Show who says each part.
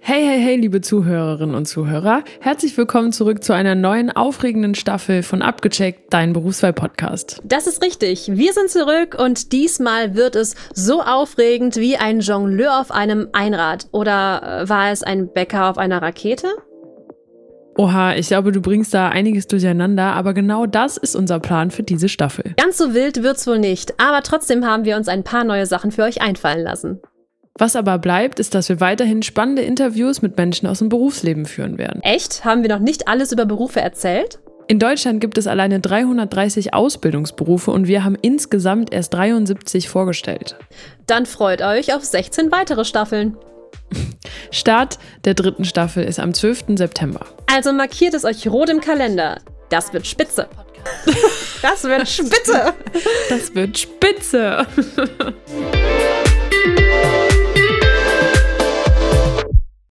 Speaker 1: Hey, hey, hey, liebe Zuhörerinnen und Zuhörer, herzlich willkommen zurück zu einer neuen aufregenden Staffel von Abgecheckt, dein Berufswahl-Podcast.
Speaker 2: Das ist richtig. Wir sind zurück und diesmal wird es so aufregend wie ein Jongleur auf einem Einrad. Oder äh, war es ein Bäcker auf einer Rakete?
Speaker 1: Oha, ich glaube, du bringst da einiges durcheinander, aber genau das ist unser Plan für diese Staffel.
Speaker 2: Ganz so wild wird's wohl nicht, aber trotzdem haben wir uns ein paar neue Sachen für euch einfallen lassen.
Speaker 1: Was aber bleibt, ist, dass wir weiterhin spannende Interviews mit Menschen aus dem Berufsleben führen werden.
Speaker 2: Echt? Haben wir noch nicht alles über Berufe erzählt?
Speaker 1: In Deutschland gibt es alleine 330 Ausbildungsberufe und wir haben insgesamt erst 73 vorgestellt.
Speaker 2: Dann freut euch auf 16 weitere Staffeln.
Speaker 1: Start der dritten Staffel ist am 12. September.
Speaker 2: Also markiert es euch rot im Kalender. Das wird spitze. Das wird spitze.
Speaker 1: Das wird spitze!